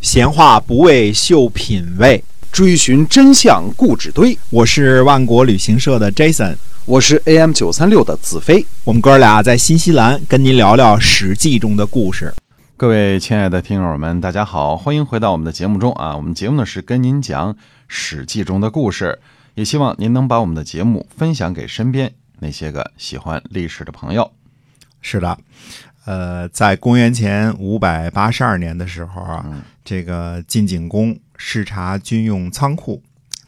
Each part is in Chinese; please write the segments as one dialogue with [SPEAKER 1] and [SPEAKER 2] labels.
[SPEAKER 1] 闲话不为秀品味，
[SPEAKER 2] 追寻真相故纸堆。
[SPEAKER 1] 我是万国旅行社的 Jason，
[SPEAKER 2] 我是 AM 九三六的子飞。
[SPEAKER 1] 我们哥俩在新西兰跟您聊聊《史记》中的故事。
[SPEAKER 3] 各位亲爱的听友们，大家好，欢迎回到我们的节目中啊！我们节目呢是跟您讲《史记》中的故事，也希望您能把我们的节目分享给身边那些个喜欢历史的朋友。
[SPEAKER 1] 是的，呃，在公元前五百八十二年的时候啊，这个晋景公视察军用仓库，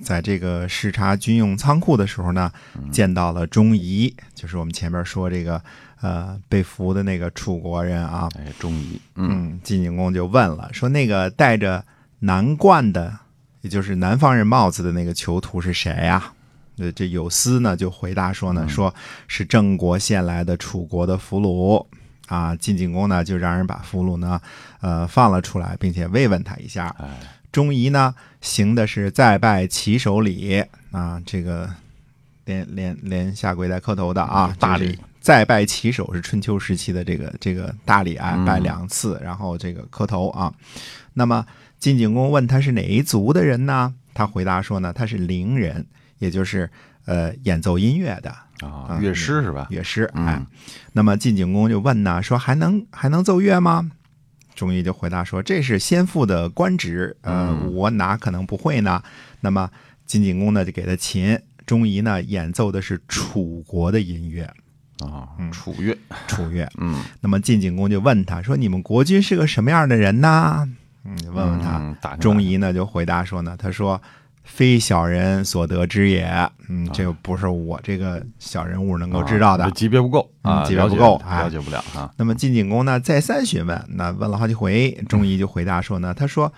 [SPEAKER 1] 在这个视察军用仓库的时候呢，见到了钟仪，就是我们前面说这个呃被俘的那个楚国人啊。
[SPEAKER 3] 哎，终于，
[SPEAKER 1] 嗯，晋景公就问了，说那个戴着南冠的，也就是南方人帽子的那个囚徒是谁呀、呃，这有司呢就回答说呢，说是郑国献来的楚国的俘虏啊。晋景公呢就让人把俘虏呢，呃，放了出来，并且慰问他一下。
[SPEAKER 3] 哎，
[SPEAKER 1] 钟仪呢行的是再拜起手礼啊，这个连连连下跪带磕头的啊，
[SPEAKER 3] 嗯大
[SPEAKER 1] 这个
[SPEAKER 3] 礼
[SPEAKER 1] 是再拜起手是春秋时期的这个这个大礼啊，
[SPEAKER 3] 嗯
[SPEAKER 1] 拜两次，然后这个磕头啊。那么晋景公问他是哪一族的人呢？他回答说呢，他是伶人，也就是呃演奏音乐的
[SPEAKER 3] 啊，乐师是吧？嗯
[SPEAKER 1] 乐师。哎，那么晋景公就问呢，说还能还能奏乐吗？钟仪就回答说：“这是先父的官职，呃，
[SPEAKER 3] 嗯
[SPEAKER 1] 我哪可能不会呢？”那么晋景公呢就给他琴，钟仪呢演奏的是楚国的音乐，嗯
[SPEAKER 3] 啊，楚乐，
[SPEAKER 1] 楚乐。
[SPEAKER 3] 嗯，
[SPEAKER 1] 那么晋景公就问他说：“你们国君是个什么样的人呢？”嗯，就问问他。
[SPEAKER 3] 嗯，打听
[SPEAKER 1] 钟
[SPEAKER 3] 打
[SPEAKER 1] 仪呢就回答说呢，他说非小人所得知也，嗯，这个不是我这个小人物能
[SPEAKER 3] 听
[SPEAKER 1] 够知道的
[SPEAKER 3] 啊啊这。级别不够
[SPEAKER 1] 嗯
[SPEAKER 3] 啊，
[SPEAKER 1] 级别
[SPEAKER 3] 了解
[SPEAKER 1] 不够哎
[SPEAKER 3] 了解不了啊。
[SPEAKER 1] 那么晋景公呢再三询问，那问了好几回，钟仪就回答说呢，他说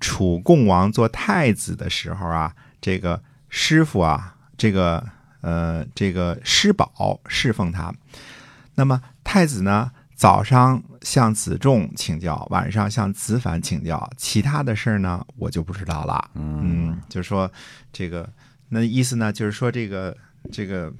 [SPEAKER 1] 楚共王做太子的时候啊，这个师傅啊，这个呃这个师宝侍奉他，那么太子呢，早上向子仲请教，晚上向子反请教，其他的事儿呢，我就不知道了。嗯，就是说这个，那意思呢，就是说这个这个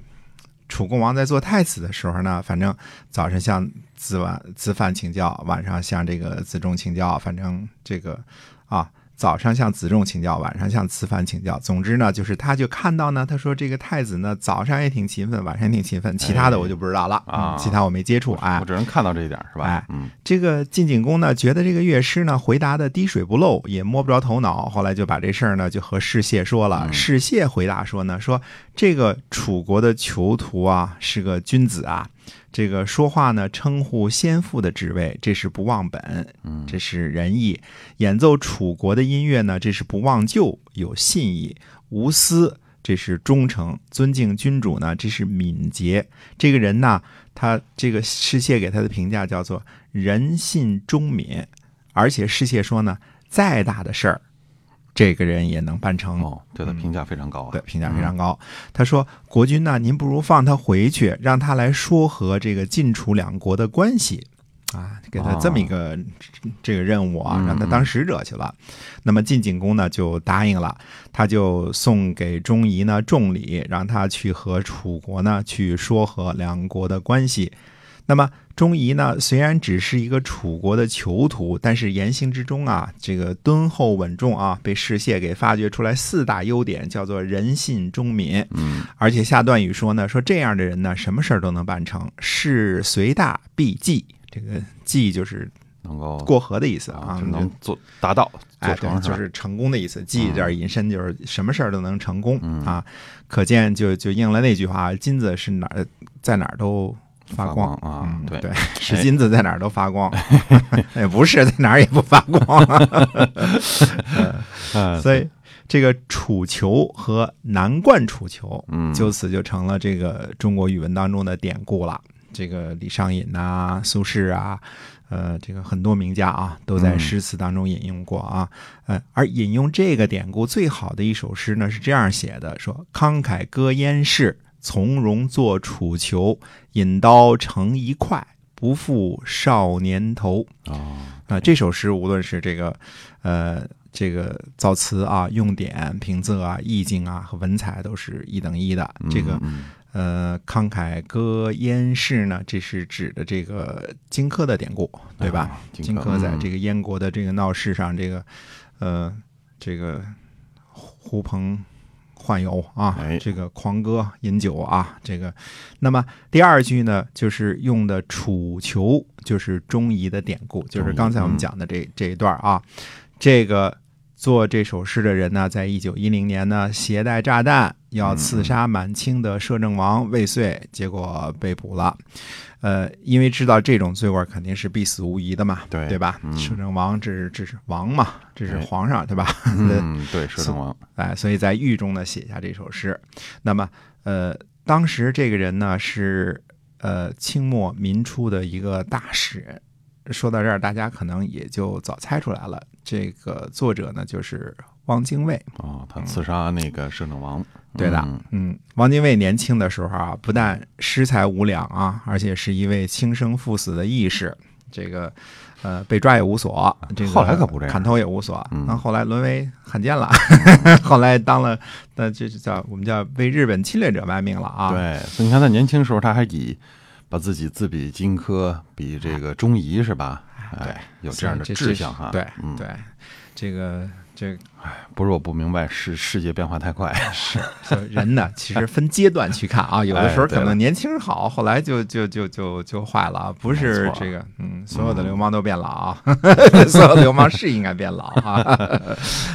[SPEAKER 1] 楚共王在做太子的时候呢，反正早上向子晚子反请教，晚上向这个子仲请教，反正这个啊。早上向子仲请教，晚上向子反请教。总之呢，就是他就看到呢，他说这个太子呢，早上也挺勤奋，晚上也挺勤奋，其他的我就不知道了
[SPEAKER 3] 啊
[SPEAKER 1] 嗯其他我没接触。哎
[SPEAKER 3] 我，只能看到这一点是吧
[SPEAKER 1] 哎？
[SPEAKER 3] 嗯，
[SPEAKER 1] 这个晋景公呢，觉得这个乐师呢回答的滴水不漏，也摸不着头脑，后来就把这事儿呢就和士燮说
[SPEAKER 3] 嗯
[SPEAKER 1] 了。士燮回答说呢，说这个楚国的囚徒啊是个君子啊，这个说话呢称呼先父的职位，这是不忘本，这是仁义；演奏楚国的音乐呢，这是不忘旧，有信义，无私。这是忠诚，尊敬君主呢，这是敏捷。这个人呐，他这个世界给他的评价叫做人信忠敏，而且世界说呢，再大的事儿，这个人也能办成。
[SPEAKER 3] 哦，对他评价非常高啊。
[SPEAKER 1] 嗯对，评价非常高。他说：“国君呢，您不如放他回去，让他来说和这个晋楚两国的关系。”啊，给他这么
[SPEAKER 3] 哦
[SPEAKER 1] 一个、这个任务啊，让他当使者去了。那么晋景公呢就答应了，他就送给钟仪呢重礼，让他去和楚国呢去说和两国的关系。那么钟仪呢，虽然只是一个楚国的囚徒，但是言行之中啊，这个敦厚稳重啊，被士燮给发掘出来四大优点，叫做人信忠敏。嗯，而且下段语说呢，说这样的人呢，什么事儿都能办成，事虽大必济。这个济就是
[SPEAKER 3] 能够
[SPEAKER 1] 过河的意思啊，
[SPEAKER 3] 啊，就
[SPEAKER 1] 就
[SPEAKER 3] 能做达到
[SPEAKER 1] 哎，
[SPEAKER 3] 做
[SPEAKER 1] 对
[SPEAKER 3] 成，
[SPEAKER 1] 就是
[SPEAKER 3] 吧
[SPEAKER 1] 是成功的意思。记一点
[SPEAKER 3] 嗯
[SPEAKER 1] 引申，就是什么事儿都能成功、啊。可见就就应了那句话，金子是哪儿在哪儿都发
[SPEAKER 3] 发
[SPEAKER 1] 光
[SPEAKER 3] 光啊
[SPEAKER 1] 嗯
[SPEAKER 3] 对
[SPEAKER 1] 对，是金子在哪儿都发 光，也不是在哪儿也不发光。
[SPEAKER 3] 哎
[SPEAKER 1] 所以这个楚囚和南冠楚囚，
[SPEAKER 3] 嗯
[SPEAKER 1] 就此就成了这个中国语文当中的典故了。这个李商隐呐、苏轼啊，呃，这个很多名家啊，都在诗词当中引用过啊。呃，而引用这个典故最好的一首诗呢，是这样写的：说慷慨歌燕市，从容作楚囚，引刀成一快，不负少年头。
[SPEAKER 3] 哦，
[SPEAKER 1] 啊、这首诗无论是这个，呃，这个造词啊、用典、平仄啊、意境啊和文采都是一等一的。这个，呃，慷慨歌燕市呢，这是指的这个荆轲的典故，对吧？
[SPEAKER 3] 啊
[SPEAKER 1] 荆
[SPEAKER 3] 荆
[SPEAKER 1] 轲在这
[SPEAKER 3] 个
[SPEAKER 1] 个燕国的这个闹市上，这个呃，这个呼朋唤友啊
[SPEAKER 3] 哎，
[SPEAKER 1] 这个狂歌饮酒啊，这个。那么第二句呢，就是用的楚囚，就是钟仪嗯的典故，就是刚才我们讲的这这一段啊。这个做这首诗的人呢，在一九一零年呢，携带炸弹要刺杀满清的摄政王未遂，结果被捕了。呃，因为知道这种罪过肯定是必死无疑的嘛，
[SPEAKER 3] 对嗯
[SPEAKER 1] 吧？摄政王这是这是王嘛，这是
[SPEAKER 3] 哎
[SPEAKER 1] 皇上对吧？ 呃
[SPEAKER 3] 嗯，对，摄政王，
[SPEAKER 1] 哎，所以在狱中呢写下这首诗。那么，呃，当时这个人呢是呃清末民初的一个大诗人。说到这儿，大家可能也就早猜出来了，这个作者呢就是汪精卫。
[SPEAKER 3] 哦，他刺杀那个摄政王，
[SPEAKER 1] 嗯对的
[SPEAKER 3] 嗯，
[SPEAKER 1] 嗯，汪精卫年轻的时候啊，不但诗才无两啊，而且是一位亲生赴死的义士。这个，呃，被抓也无所，这个
[SPEAKER 3] 后来可不这样
[SPEAKER 1] 砍头也无所。
[SPEAKER 3] 嗯
[SPEAKER 1] 那后来沦为汉奸了， 后来当了，那这就叫我们叫为日本侵略者卖命了啊。
[SPEAKER 3] 对，所以你看他年轻时候，他还以把自己自比荆轲，比这个钟仪是吧？哎，有这样的
[SPEAKER 1] 所以
[SPEAKER 3] 志向哈。
[SPEAKER 1] 对
[SPEAKER 3] 嗯，
[SPEAKER 1] 对，这个这
[SPEAKER 3] 不是我不明白，世世界变化太快， 是
[SPEAKER 1] 所以人呢，其实分阶段去看啊， 有的时候
[SPEAKER 3] 哎对
[SPEAKER 1] 可
[SPEAKER 3] 了
[SPEAKER 1] 能年轻好，后来就就就就就坏了，啊，不是
[SPEAKER 3] 没错
[SPEAKER 1] 这个，嗯，所有的流氓都变老啊， 所有的流氓是应该变老啊，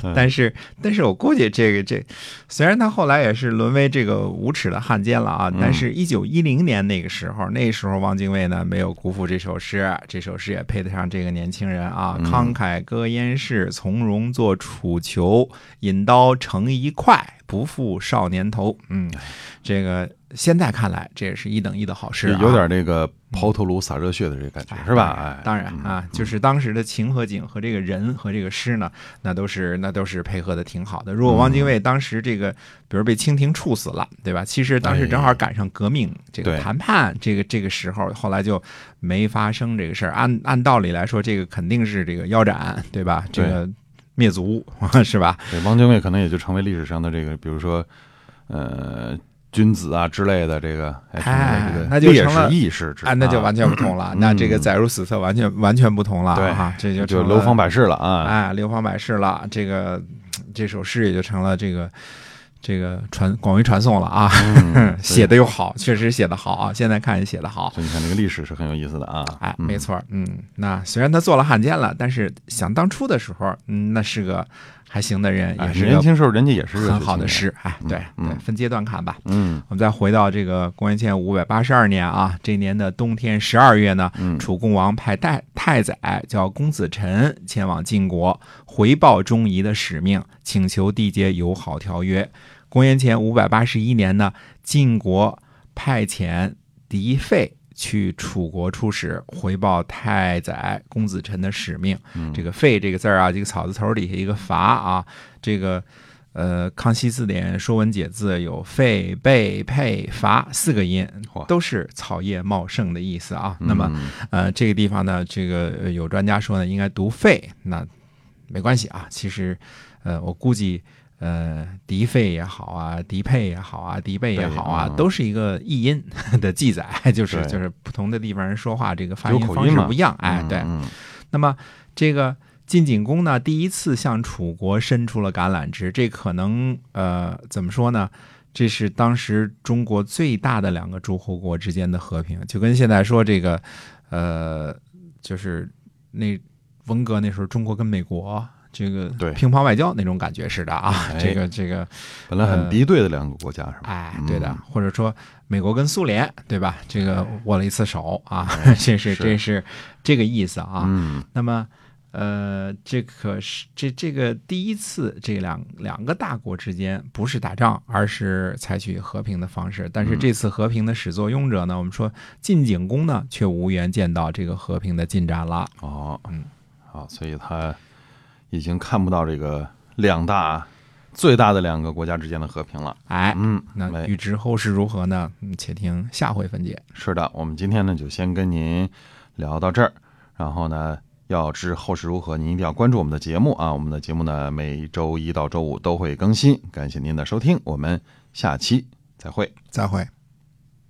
[SPEAKER 3] 嗯
[SPEAKER 1] 但是但是我估计这个这，虽然他后来也是沦为这个无耻的汉奸了啊，
[SPEAKER 3] 嗯
[SPEAKER 1] 但是一九一零年那个时候，那时候汪精卫呢没有辜负这首诗，这首诗也配得上这个年轻人啊，
[SPEAKER 3] 嗯
[SPEAKER 1] 慷慨歌燕市，从容作楚囚，引刀成一快，不负少年头。嗯，这个现在看来，这也是一等一的好诗、啊，
[SPEAKER 3] 有点这个抛头颅洒热血的这个感觉是吧？哎，
[SPEAKER 1] 当然啊，就是当时的情和景和这个人和这个诗呢，那都是那都是配合的挺好的。如果汪精卫
[SPEAKER 3] 嗯
[SPEAKER 1] 当时这个，比如被清廷处死了，对吧？其实当时正好赶上革命这个
[SPEAKER 3] 哎对
[SPEAKER 1] 谈判，这个这个时候，后来就没发生这个事儿。按按道理来说，这个肯定是这个腰斩，对吧？这
[SPEAKER 3] 对
[SPEAKER 1] 个灭族 是吧？
[SPEAKER 3] 对，汪精卫可能也就成为历史上的这个，比如说，呃，君子啊之类的这个，哎，成为这
[SPEAKER 1] 哎
[SPEAKER 3] 个
[SPEAKER 1] 那就
[SPEAKER 3] 烈
[SPEAKER 1] 成了
[SPEAKER 3] 士义士之
[SPEAKER 1] 啊，那就
[SPEAKER 3] 啊嗯
[SPEAKER 1] 完全不同 了。那这个载入史册，完全完全不同了
[SPEAKER 3] 对
[SPEAKER 1] 啊！这就
[SPEAKER 3] 就
[SPEAKER 1] 成
[SPEAKER 3] 流
[SPEAKER 1] 了
[SPEAKER 3] 芳百世了啊。
[SPEAKER 1] 哎，流芳百世了，这个这首诗也就成了这个这个传广为传颂了啊。
[SPEAKER 3] 嗯
[SPEAKER 1] 写的又好，确实写的好啊，现在看也写的好。
[SPEAKER 3] 所以你看这个历史是很有意思的啊。
[SPEAKER 1] 哎，
[SPEAKER 3] 嗯
[SPEAKER 1] 没错儿，嗯，那虽然他做了汉奸了，但是想当初的时候，嗯，那是个还行的人，
[SPEAKER 3] 哎
[SPEAKER 1] 也是
[SPEAKER 3] 年
[SPEAKER 1] 个
[SPEAKER 3] 轻时候人家也是热血
[SPEAKER 1] 很好的
[SPEAKER 3] 青
[SPEAKER 1] 诗。哎，对对，
[SPEAKER 3] 嗯
[SPEAKER 1] 分阶段看吧。
[SPEAKER 3] 年，嗯，
[SPEAKER 1] 我们再回到这个公元前五百八十二年啊，这年的冬天十二月呢，楚共王派太太宰叫公子臣前往晋国，回报钟仪的使命，请求缔结友好条约。公元前五百八十一年呢，晋国派遣狄费去楚国出使，回报太宰公子臣的使命。这个“费”这个字儿啊，这个草字头底下一个“伐”啊，这个。呃，《康熙字典》《说文解字》有“费”“贝”“佩”“伐”四个音
[SPEAKER 3] 嚯，
[SPEAKER 1] 都是草叶茂盛的意思啊。那
[SPEAKER 3] 那
[SPEAKER 1] 么，呃，这个地方呢，这个呃有专家说呢，应该读“费”，那没关系啊。其实，呃，我估计，呃，敌费也好啊，敌配也好啊，敌贝也好啊，
[SPEAKER 3] 对嗯
[SPEAKER 1] 都是一个译音 的记载，就是
[SPEAKER 3] 对
[SPEAKER 1] 就是不同的地方人说话这个发
[SPEAKER 3] 有
[SPEAKER 1] 音
[SPEAKER 3] 口
[SPEAKER 1] 方
[SPEAKER 3] 音
[SPEAKER 1] 式
[SPEAKER 3] 嘛
[SPEAKER 1] 不一样，哎，对。
[SPEAKER 3] 嗯
[SPEAKER 1] 那么这个晋景公呢，第一次向楚国伸出了橄榄枝，这可能呃怎么说呢？这是当时中国最大的两个诸侯国之间的和平，就跟现在说这个，呃，就是那文革那时候中国跟美国这个
[SPEAKER 3] 对
[SPEAKER 1] 乒乓外交那种感觉似的啊，
[SPEAKER 3] 哎
[SPEAKER 1] 这个这个。
[SPEAKER 3] 本来
[SPEAKER 1] 呃
[SPEAKER 3] 很敌对的两个国家是吧？
[SPEAKER 1] 哎，
[SPEAKER 3] 嗯
[SPEAKER 1] 对的，或者说美国跟苏联，对吧？这个握了一次手啊， 这是
[SPEAKER 3] 哎是
[SPEAKER 1] 这是这个意思啊。
[SPEAKER 3] 嗯，
[SPEAKER 1] 那么，呃，这可是这这个第一次，这两两个大国之间不是打仗，而是采取和平的方式。
[SPEAKER 3] 嗯
[SPEAKER 1] 但是这次和平的始作俑者呢，我们说晋景公呢，却无缘见到这个和平的进展了。
[SPEAKER 3] 哦，
[SPEAKER 1] 嗯，
[SPEAKER 3] 好，所以他已经看不到这个两大最大的两个国家之间的和平了。
[SPEAKER 1] 哎，
[SPEAKER 3] 嗯，
[SPEAKER 1] 那
[SPEAKER 3] 没
[SPEAKER 1] 预知后事如何呢？嗯且听下回分解。
[SPEAKER 3] 是的，我们今天呢就先跟您聊到这儿，然后呢。要知后事如何，您一定要关注我们的节目啊！我们的节目呢，每周一到周五都会更新。感谢您的收听，我们下期再会。
[SPEAKER 1] 再会。